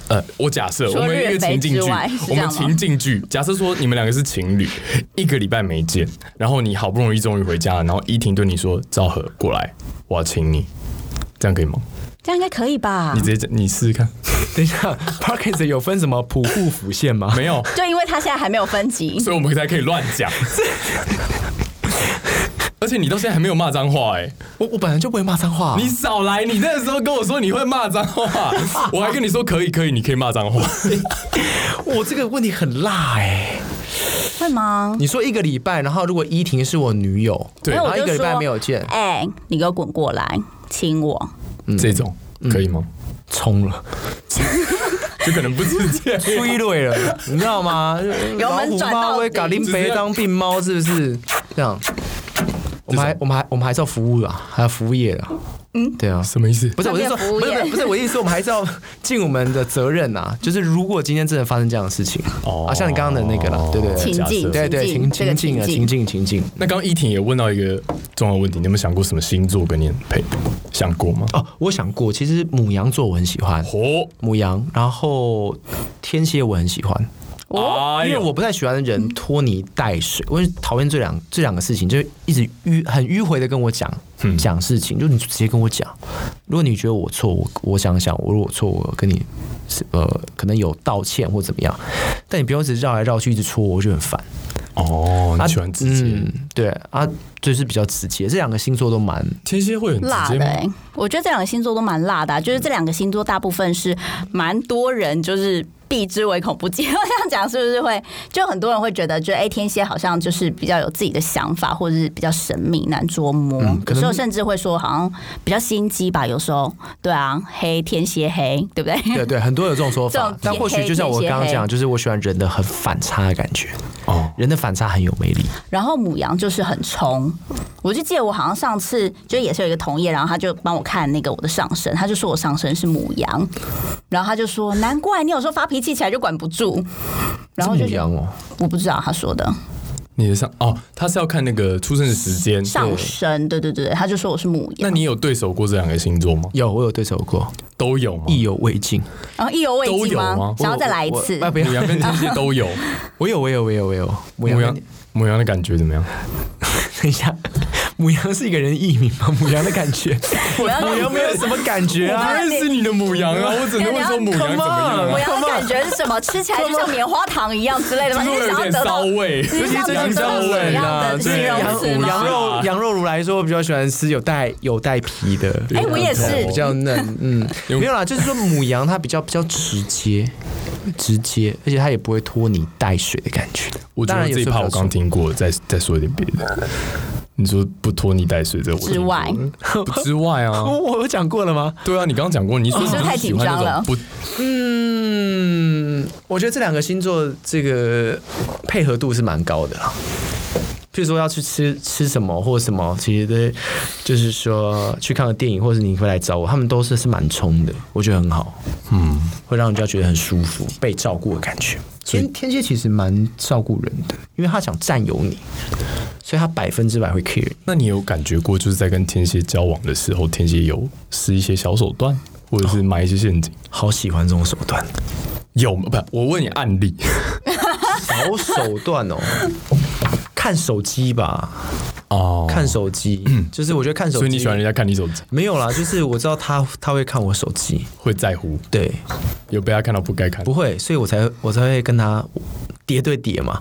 Speaker 1: 呃，我假设
Speaker 2: 除
Speaker 1: 我
Speaker 2: 了
Speaker 1: 们一个
Speaker 2: 日肥
Speaker 1: 情境
Speaker 2: 之
Speaker 1: 剧
Speaker 2: 外是，这
Speaker 1: 我们
Speaker 2: 样吗
Speaker 1: 情境剧，假设说你们两个是情侣，一个礼拜没见，然后你好不容易终于回家了，然后依婷对你说：“赵和过来，我要亲你。”这样可以吗？
Speaker 2: 这样应该可以吧
Speaker 1: 你？直接你试试看，
Speaker 3: 等一下 p a r k e s 有分什么普护辅线吗？
Speaker 1: 没有，
Speaker 2: 就因为他现在还没有分级，
Speaker 1: 所以我们才可以乱 讲。而且你到现在还没有骂脏话哎、
Speaker 3: 我我本来就不会骂脏话、啊
Speaker 1: 你少来！你那时候跟我说你会骂脏话，我还跟你说可以可以，你可以骂脏话。
Speaker 3: 我这个问题很辣哎、
Speaker 2: 会吗？
Speaker 3: 你说一个礼拜，然后如果依婷是我女友，
Speaker 1: 对
Speaker 2: 那
Speaker 3: 然
Speaker 2: 我
Speaker 3: 后
Speaker 2: 就
Speaker 3: 一个礼拜
Speaker 2: 说
Speaker 3: 没有见，
Speaker 2: 哎、你给我滚过来，亲我。
Speaker 1: 这种
Speaker 2: 嗯
Speaker 1: 可以吗？
Speaker 3: 冲了，
Speaker 1: 就可能不是这样。
Speaker 3: 催泪了，你知道吗？
Speaker 2: 油门转到底
Speaker 3: 为嘎林北当病猫是不是？这样，我们还我们还我们还是要服务啊，还要服务业的，嗯，对啊，
Speaker 1: 什么意思？
Speaker 3: 不是，我是说，
Speaker 2: 转变服务
Speaker 3: 不是，
Speaker 2: 业
Speaker 3: 不是不是，我意思 是我们还是要尽我们的责任呐、就是如果今天真的发生这样的事情，
Speaker 1: 哦
Speaker 3: 啊，像你刚刚的那个啦，对对
Speaker 2: 情
Speaker 3: 对，
Speaker 2: 境
Speaker 3: 对对，
Speaker 2: 情境
Speaker 3: 情
Speaker 2: 这个
Speaker 3: 情境啊，
Speaker 2: 情
Speaker 3: 情境情境。
Speaker 1: 那刚刚依婷也问到一个重要问题，你有没有想过什么星座跟你配？想过吗？
Speaker 3: 哦，我想过，其实母羊座我很喜欢，
Speaker 1: 哦，
Speaker 3: 母羊，然后天蝎我很喜欢，
Speaker 2: 哦
Speaker 1: 哎
Speaker 3: 因为
Speaker 1: 呦，
Speaker 3: 我不太喜欢人拖泥带水，我很讨厌这两这两个事情，就是一直迂很迂回的跟我讲
Speaker 1: 嗯
Speaker 3: 讲事情，就你直接跟我讲。如果你觉得我错，我我想想，我如果错，我跟你是呃可能有道歉或怎么样，但你不要一直绕来绕去，一直戳我，我就很烦。
Speaker 1: 哦，你喜欢直接？
Speaker 3: 嗯，对啊，就是比较直接。这两个星座 都蛮
Speaker 1: 天蝎会很直
Speaker 2: 辣
Speaker 1: 接
Speaker 2: 的、
Speaker 1: 吗？
Speaker 2: 欸，我觉得这两个星座都蛮辣的啊、就是这两个星座大部分是蛮多人就是避之唯恐不及。 我想讲是不是会，就很多人会觉得，就哎、天蝎好像就是比较有自己的想法，或者是比较神秘难捉摸，
Speaker 3: 嗯可
Speaker 2: 有
Speaker 3: 能
Speaker 2: 时候甚至会说好像比较心机吧，有时候对啊，黑天蝎黑，对不对？
Speaker 3: 对对，很多有这种说
Speaker 2: 这
Speaker 3: 法
Speaker 2: 种。
Speaker 3: 但或许就像我刚刚讲，就是我喜欢人的很反差的感觉，
Speaker 1: 哦，
Speaker 3: 人的反差很有魅力。
Speaker 2: 然后母羊就是很冲，我就记得我好像上次就也是有一个同业，然后他就帮我看那个我的上身，他就说我上身是母羊，然后他就说难怪你有时候发脾气起来就管不住，然后我就
Speaker 3: 是母
Speaker 2: 觉得
Speaker 3: 羊哦，
Speaker 2: 我不知道他说的
Speaker 1: 你的上哦，他是要看那个出生的时间。
Speaker 2: 上身，对对对，对他就说我是母
Speaker 1: 那
Speaker 2: 羊，
Speaker 1: 你有对手过这两个星座吗？
Speaker 3: 有我有对手过，
Speaker 1: 都有吗？
Speaker 3: 意犹未尽。
Speaker 2: 然后意犹未
Speaker 1: 都
Speaker 2: 尽
Speaker 1: 有吗
Speaker 2: 想要再来一
Speaker 3: 我
Speaker 2: 次
Speaker 3: 我，啊不
Speaker 1: 母
Speaker 3: 要，
Speaker 1: 羊跟天蝎都有，
Speaker 3: 我有，我有，我有，我有。母
Speaker 1: 母羊
Speaker 3: 羊，
Speaker 1: 母羊的感觉怎么样？
Speaker 3: 等一下，母羊是一个人的艺名吗？母羊的感 觉，
Speaker 2: 我要
Speaker 3: 母羊没有什么感觉
Speaker 1: 我
Speaker 3: 啊
Speaker 1: 不。认识你的母羊 啊，我只能会说母羊怎么
Speaker 2: 母
Speaker 1: 样，
Speaker 2: 羊的感觉是什么？吃起来就像棉花糖一样之类的
Speaker 1: 就
Speaker 2: 吗？
Speaker 1: 是
Speaker 2: 你
Speaker 1: 会
Speaker 2: 是
Speaker 1: 有
Speaker 2: 想要
Speaker 1: 点
Speaker 2: 得
Speaker 1: 骚
Speaker 2: 到
Speaker 1: 味。
Speaker 2: 你是想要
Speaker 1: 最
Speaker 2: 得
Speaker 1: 近
Speaker 2: 到
Speaker 1: 骚
Speaker 2: 什么
Speaker 1: 味
Speaker 2: 样
Speaker 1: 啦
Speaker 2: 的
Speaker 1: 对
Speaker 2: 形容
Speaker 1: 羊
Speaker 2: 词吗？
Speaker 3: 啊羊肉羊肉炉来说，我比较喜欢吃有带有带皮的。
Speaker 1: 哎
Speaker 2: 我也是
Speaker 3: 比较 嫩。嗯，没有啦，就是说母羊它比较比较直接，直接，而且它也不会拖泥带水的感觉。
Speaker 1: 我觉
Speaker 3: 当
Speaker 1: 得
Speaker 3: 然
Speaker 1: 这一趴我刚
Speaker 3: 听。
Speaker 1: 听过，再再说一点别的。你说不拖泥带水这我听
Speaker 2: 之
Speaker 1: 过
Speaker 2: 外
Speaker 1: 不之外啊，
Speaker 3: 我哦我有讲过了吗？
Speaker 1: 对啊，你刚刚讲过，你说
Speaker 2: 你是不是太
Speaker 1: 喜欢那
Speaker 2: 紧张了
Speaker 1: 种不
Speaker 3: 嗯，我觉得这两个星座这个配合度是蛮高的啦。譬如说要去吃吃什么或什么，其实都就是说去看个电影，或者你会来找我，他们都是是蛮冲的，我觉得很好，
Speaker 1: 嗯，
Speaker 3: 会让人家觉得很舒服，被照顾的感觉。
Speaker 1: 所以
Speaker 3: 天天蝎其实蛮照顾人的，因为他想占有你，所以他百分之百会 care 你。
Speaker 1: 那你有感觉过，就是在跟天蝎交往的时候，天蝎有施一些小手段，或者是埋一些陷阱？
Speaker 3: 好喜欢这种手段，
Speaker 1: 有吗？不，我问你案例。
Speaker 3: 好手段哦， 看手机吧，
Speaker 1: 哦，
Speaker 3: 看手 机，就是我觉得看手机，
Speaker 1: 所以你喜欢人家看你手机，
Speaker 3: 没有啦，就是我知道他他会看我手机，
Speaker 1: 会在乎，
Speaker 3: 对，
Speaker 1: 有被他看到不该看
Speaker 3: 不。会，所以我才我才会跟他叠对叠嘛，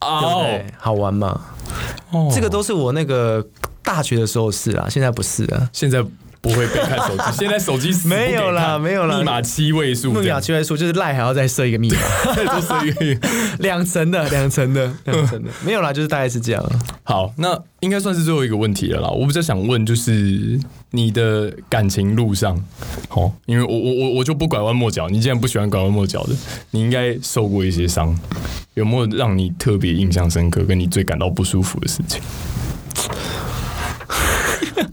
Speaker 3: 对不对？好玩嘛，
Speaker 1: 哦
Speaker 3: 这个都是我那个大学的时候的事啦，现在不是啊。
Speaker 1: 现在不会被看手 机，现在手机死不给看
Speaker 3: 没有啦没有啦
Speaker 1: 密码七位数
Speaker 3: 木
Speaker 1: 这
Speaker 3: 雅
Speaker 1: 样，
Speaker 3: 就会说，就是赖还要再设一个 密码，
Speaker 1: 都 是一个
Speaker 3: 两层的，两层的，两层的，没有啦，就是大概是这样。
Speaker 1: 好，那应该算是最后一个问题了啦。我比较想问，就是你的感情路上，哦，因为我我我我就不拐弯抹角，你既然不喜欢拐弯抹角的，你应该受过一些伤，有没有让你特别印象深刻，跟你最感到不舒服的事情？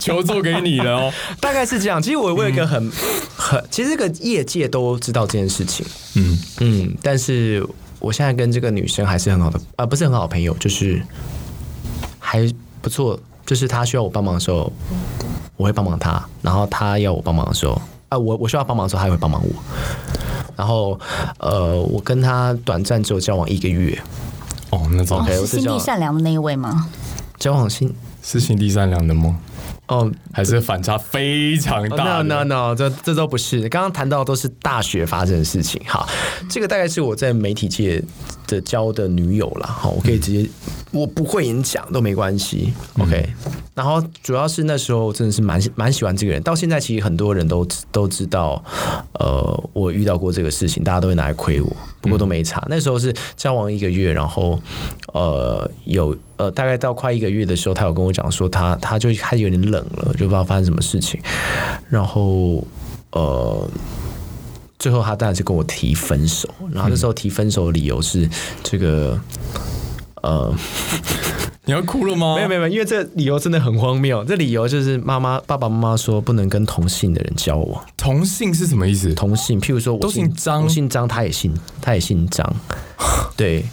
Speaker 1: 求助给你了哦，
Speaker 3: 大概是这样。其实我我有一个很、很，其实这个业界都知道这件事情，
Speaker 1: 嗯，
Speaker 3: 嗯，但是我现在跟这个女生还是很好的，啊，不是很好的朋友，就是还不错。就是她需要我帮忙的时候，我会帮忙她；然后她要我帮忙的时候，啊，我我需要帮忙的时候，她也会帮忙我。然后，呃，我跟她短暂只有交往一个月，
Speaker 1: 哦，那糟
Speaker 2: 哦
Speaker 1: 糕，
Speaker 3: OK，我
Speaker 2: 是
Speaker 3: 知
Speaker 2: 心地
Speaker 3: 道
Speaker 2: 善良的那一位吗？
Speaker 3: 交往心
Speaker 1: 是心地善良的吗？
Speaker 3: 哦。
Speaker 1: 还是反差非常大
Speaker 3: no
Speaker 1: 的
Speaker 3: no no，这这都不是。刚刚谈到的都是大学发生的事情。好，这个大概是我在媒体界的交的女友啦。好，我可以直接，我不会演讲都没关系。OK，、然后主要是那时候真的是蛮蛮喜欢这个人，到现在其实很多人都知都知道，呃，我遇到过这个事情，大家都会拿来亏我，不过都没差。那时候是交往一个月，然后呃有呃大概到快一个月的时候，他有跟我讲说他他就开始有点冷了，就不知道发生什么事情，然后呃。最后他当然是跟我提分手，然后那时候提分手的理由是这个，呃，
Speaker 1: 你要哭了吗？
Speaker 3: 没有没有没有，因为这理由真的很荒谬。这理由就是妈妈爸爸妈妈说不能跟同性的人交往，
Speaker 1: 同性是什么意思？
Speaker 3: 同性，譬如说我
Speaker 1: 都姓张
Speaker 3: 我姓张，他也姓，他也姓张，对，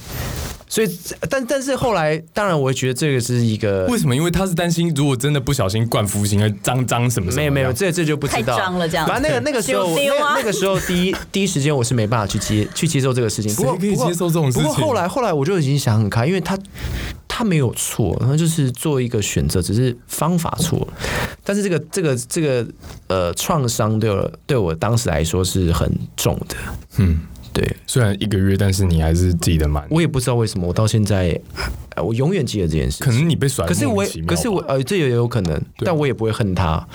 Speaker 3: 所以，但但是后来，当然，我会觉得这个是一个
Speaker 1: 为什么？因为他是担心，如果真的不小心灌服刑，而脏脏什么什么。
Speaker 3: 没有没有，这这就不知道。
Speaker 2: 太脏了这样
Speaker 3: 反正那个那个时候，
Speaker 2: 丢丢啊
Speaker 3: 那个那个时候第一第一时间我是没办法去接去接受这个事情。不过
Speaker 1: 谁可以
Speaker 3: 不过
Speaker 1: 接受这种事情
Speaker 3: 不过后来后来我就已经想很开，因为他他没有错，他就是做一个选择，只是方法错了。但是这个这个这个呃创伤对我对我当时来说是很重的。
Speaker 1: 嗯，
Speaker 3: 对
Speaker 1: 虽然一个月，但是你还是记得蛮。
Speaker 3: 我也不知道为什么，我到现在呃我永远记得这件事
Speaker 1: 可
Speaker 3: 情。
Speaker 1: 能你被甩，
Speaker 3: 可是我
Speaker 1: 莫名其，妙吧啊
Speaker 3: 可是我，呃，这也有可能，但我也不会恨他，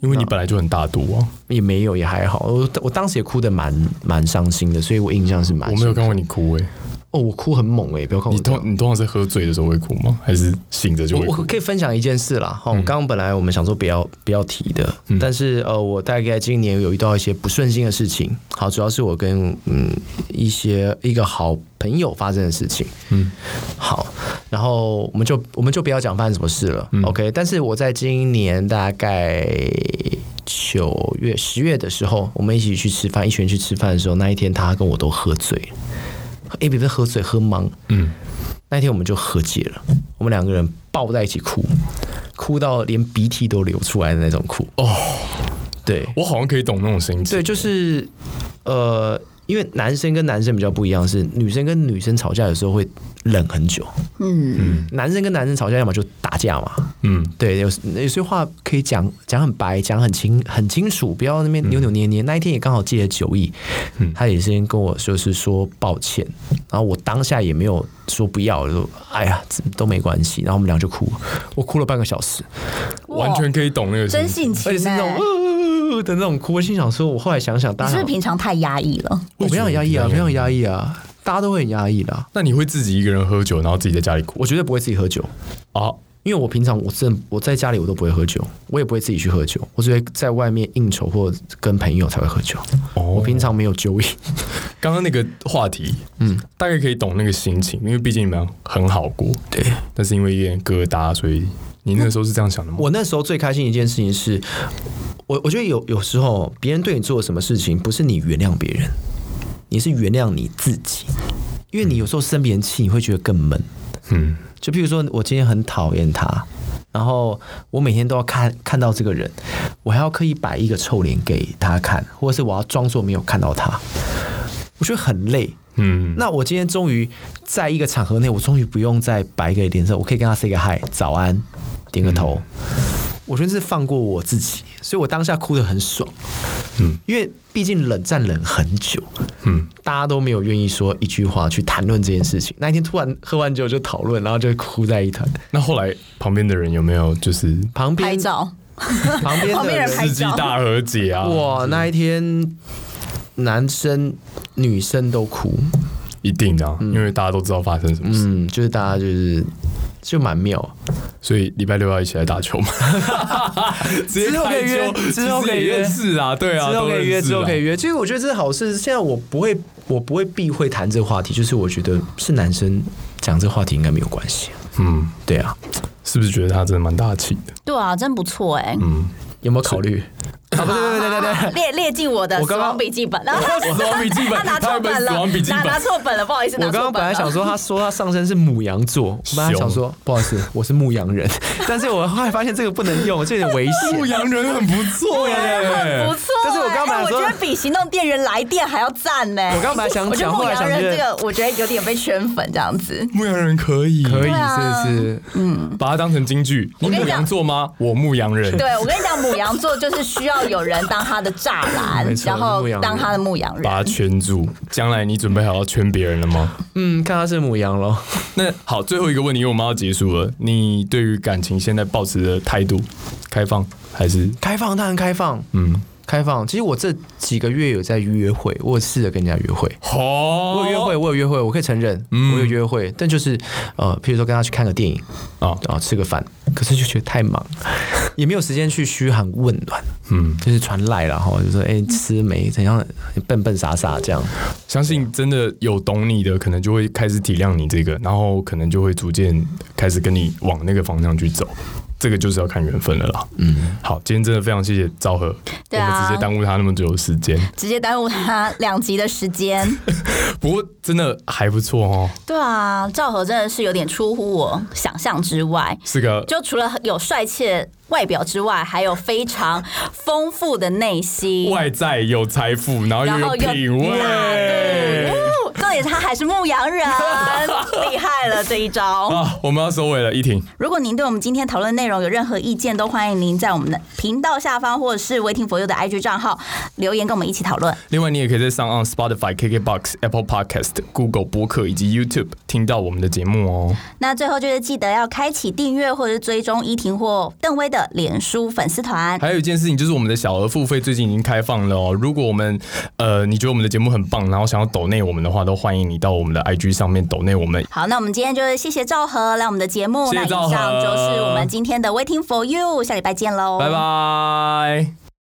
Speaker 1: 因为你本来就很大度啊。
Speaker 3: 也没有，也还好。我我当时也哭的蛮蛮伤心的，所以我印象是蛮
Speaker 1: 我
Speaker 3: 深。
Speaker 1: 没有看过你哭诶、
Speaker 3: 哦，我哭很猛哎、不要啊看我
Speaker 1: 你
Speaker 3: 这样。
Speaker 1: 通你通常是喝醉的时候会哭吗？还是醒着就会
Speaker 3: 我
Speaker 1: 哭嗯
Speaker 3: 我？可以分享一件事啦，哈、我刚刚本来我们想说不要不要提的，但是呃，我大概今年有遇到一些不顺心的事情，好，主要是我跟嗯一些一个好朋友发生的事情，嗯，好，然后我们就我们就不要讲发生什么事了、o
Speaker 1: 嗯
Speaker 3: k 但是我在今年大概。九月、十月的时候，我们一起去吃饭，一群人去吃饭的时候，那一天他跟我都喝醉了，哎，不是喝醉，喝懵。嗯，那天我们就和解了，我们两个人抱在一起哭，哭到连鼻涕都流出来的那种哭。哦，对
Speaker 1: 我好像可以懂那种心情。
Speaker 3: 对，就是呃，因为男生跟男生比较不一样，是女生跟女生吵架有时候会冷很久，
Speaker 2: 嗯，
Speaker 3: 男生跟男生吵架要么就打架嘛。
Speaker 1: 嗯，
Speaker 3: 对，有有些话可以讲讲很白，讲很清很清楚，不要那边扭扭捏捏。那一天也刚好借了酒意，
Speaker 1: 嗯
Speaker 3: 他也先跟我就是说抱歉，然后我当下也没有说不要，我就说哎呀这都没关系，然后我们俩就哭，我哭了半个小时，
Speaker 1: 完全可以懂那个
Speaker 2: 真
Speaker 1: 心情。
Speaker 2: 性情
Speaker 3: 而且是那种
Speaker 2: 哎、
Speaker 3: 呜、的那种哭，我心想说，我后来想想，
Speaker 2: 你
Speaker 3: 大
Speaker 2: 是
Speaker 3: 家
Speaker 2: 不是平常太压抑了？
Speaker 3: 我没有很压抑啊，
Speaker 1: 为什么
Speaker 3: 没有很
Speaker 1: 你
Speaker 3: 压抑啊，大家都会很压抑的啊、
Speaker 1: 那你会自己一个人喝酒，然后自己在家里哭
Speaker 3: 我绝对不会自己喝酒，
Speaker 1: 啊？
Speaker 3: 因为我平常我真的我在家里我都不会喝酒，我也不会自己去喝酒，我只会在外面应酬或跟朋友才会喝酒。我
Speaker 1: 哦，
Speaker 3: 平常没有酒瘾，
Speaker 1: 刚刚那个话题，嗯，大概可以懂那个心情，因为毕竟你们很好过，
Speaker 3: 对。
Speaker 1: 但是因为一点疙瘩，所以你那个时候是这样想的吗？
Speaker 3: 我那时候最开心的一件事情是，我我觉得有有时候别人对你做了什么事情，不是你原谅别人，你是原谅你自己，因为你有时候生别人气，你会觉得更闷。
Speaker 1: 嗯，
Speaker 3: 就譬如说，我今天很讨厌他，然后我每天都要看看到这个人，我还要刻意摆一个臭脸给他看，或者是我要装作没有看到他，我觉得很累。
Speaker 1: 嗯，
Speaker 3: 那我今天终于在一个场合内，我终于不用再摆一个脸色，我可以跟他 say 个 hi，早安，点个头。
Speaker 1: 嗯
Speaker 3: 我觉得是放过我自己，所以我当下哭得很爽。
Speaker 1: 嗯，
Speaker 3: 因为毕竟冷战冷很久，
Speaker 1: 嗯，
Speaker 3: 大家都没有愿意说一句话去谈论这件事情。那一天突然喝完酒就讨论，然后就哭在一团。
Speaker 1: 那后来旁边的人有没有就是
Speaker 3: 旁
Speaker 2: 拍
Speaker 3: 边
Speaker 2: 照，
Speaker 3: 旁边
Speaker 2: 旁
Speaker 3: 的
Speaker 2: 边人拍
Speaker 1: 世纪
Speaker 2: 照，
Speaker 1: 大和解啊？
Speaker 3: 哇，那一天男生女生都哭，
Speaker 1: 一定的啊、因为大家都知道发生什么事，
Speaker 3: 嗯，就是大家就是就蛮妙。
Speaker 1: 所以礼拜六要一起来打球嘛。直
Speaker 3: 之后可以约
Speaker 1: 拍球
Speaker 3: 之后可
Speaker 1: 其实
Speaker 3: 以
Speaker 1: 也
Speaker 3: 约
Speaker 1: 认识啊，对啊，
Speaker 3: 之后可以约，之后可以
Speaker 1: 约。
Speaker 3: 约。其实我觉得这是好事。现在我不会，我不会避讳谈这个话题，就是我觉得是男生讲这个话题应该没有关系。
Speaker 1: 嗯，
Speaker 3: 对啊，
Speaker 1: 是不是觉得他真的蛮大气的？
Speaker 2: 对啊，真不错哎、
Speaker 3: 有没有考虑？啊，不对对对对对，
Speaker 2: 列列进我的
Speaker 3: 我
Speaker 2: 死
Speaker 3: 刚刚
Speaker 2: 亡笔记本，然后他
Speaker 1: 死亡笔记本
Speaker 2: 他拿错
Speaker 1: 他有
Speaker 2: 本
Speaker 1: 本死
Speaker 2: 了
Speaker 1: 亡笔，记
Speaker 2: 拿
Speaker 1: 本
Speaker 2: 拿错本了，不好意思， 拿
Speaker 3: 我刚
Speaker 2: 错
Speaker 3: 刚本来
Speaker 2: 了
Speaker 3: 想说，他说他上身是母羊座，我本来想 说，不好意思，我是牧羊人， 但是我后来发现这个不能用，这有点危
Speaker 1: 牧
Speaker 3: 险。
Speaker 1: 羊人很不错耶、
Speaker 2: 不错、欸，
Speaker 3: 但是我刚本来
Speaker 2: 哎我
Speaker 3: 说
Speaker 2: 觉得比行动电源来电还要赞呢、
Speaker 3: 我刚本来想
Speaker 2: 我觉得
Speaker 3: 讲，后
Speaker 2: 牧
Speaker 3: 来
Speaker 2: 羊
Speaker 3: 想
Speaker 2: 人
Speaker 3: 觉
Speaker 2: 这
Speaker 3: 得
Speaker 2: 个，我觉得有点被圈粉这样子。
Speaker 1: 牧羊人可以，
Speaker 3: 可以，
Speaker 2: 对啊
Speaker 3: 是不是？
Speaker 1: 把它当成京剧。你
Speaker 2: 跟你
Speaker 1: 牧
Speaker 2: 讲
Speaker 1: 羊座吗？我牧羊人。
Speaker 2: 对，我跟你讲，母羊座就是需要有人当他的栅栏
Speaker 3: 没，错
Speaker 2: 然后
Speaker 3: 牧羊人
Speaker 2: 当他的牧羊人。
Speaker 1: 把它圈住，将来你准备好要圈别人了吗？
Speaker 3: 嗯，看他是母羊咯。
Speaker 1: 那好，最后一个问题，因为我们要结束了。你对于感情现在抱持的态度，开放还是
Speaker 3: 开放，当然开放，
Speaker 1: 嗯？
Speaker 3: 开放。其实我这几个月有在约会，我有试着跟人家约会。
Speaker 1: 哦，
Speaker 3: 我有约会，我有约会，我可以承认，我有约会，但就是呃，譬如说跟他去看个电影
Speaker 1: 啊，
Speaker 3: 啊，吃个饭，可是就觉得太忙，也没有时间去嘘寒问暖，
Speaker 1: 嗯，
Speaker 3: 就是传赖了哈，就说哎、吃没怎样，笨笨傻傻这样，
Speaker 1: 相信真的有懂你的，可能就会开始体谅你这个，然后可能就会逐渐开始跟你往那个方向去走。这个就是要看缘分了啦。嗯，好，今天真的非常谢谢赵和，
Speaker 2: 对啊
Speaker 1: 我们直接耽误他那么久的时间，
Speaker 2: 直接耽误他两集的时间。
Speaker 1: 不过真的还不错哦，
Speaker 2: 对啊，赵和真的是有点出乎我想象之外。
Speaker 1: 是个
Speaker 2: 就除了有帅气的外表之外，还有非常丰富的内心，
Speaker 1: 外在有财富，然后又
Speaker 2: 然
Speaker 1: 有
Speaker 2: 后又
Speaker 1: 品味。
Speaker 2: 哦重点是他还是牧 羊人，厉害了这一招。
Speaker 1: 啊，我们要收尾了，依婷，
Speaker 2: 如果您对我们今天讨论内容有任何意见，都欢迎您在我们的频道下方或者是微听佛佑的 IG 账号留言，跟我们一起讨论。
Speaker 1: 另外，你也可以在上岸 Spotify、KKBox、Apple Podcast、Google 播客以及 YouTube 听到我们的节目哦。
Speaker 2: 那最后就是记得要开启订阅或者是追踪依婷或邓威的脸书粉丝团。
Speaker 1: 还有一件事情就是我们的小额付费最近已经开放了哦。如果我们呃你觉得我们的节目很棒，然后想要抖内我们的话，都欢迎你到我们的 IG 上面抖内我们。
Speaker 2: 好，那我们今天就是谢谢赵和来我们的节目。
Speaker 1: 谢谢
Speaker 2: 那以
Speaker 1: 赵和
Speaker 2: 上就是我们今天的 Waiting for You，下礼拜见喽，
Speaker 1: 拜拜。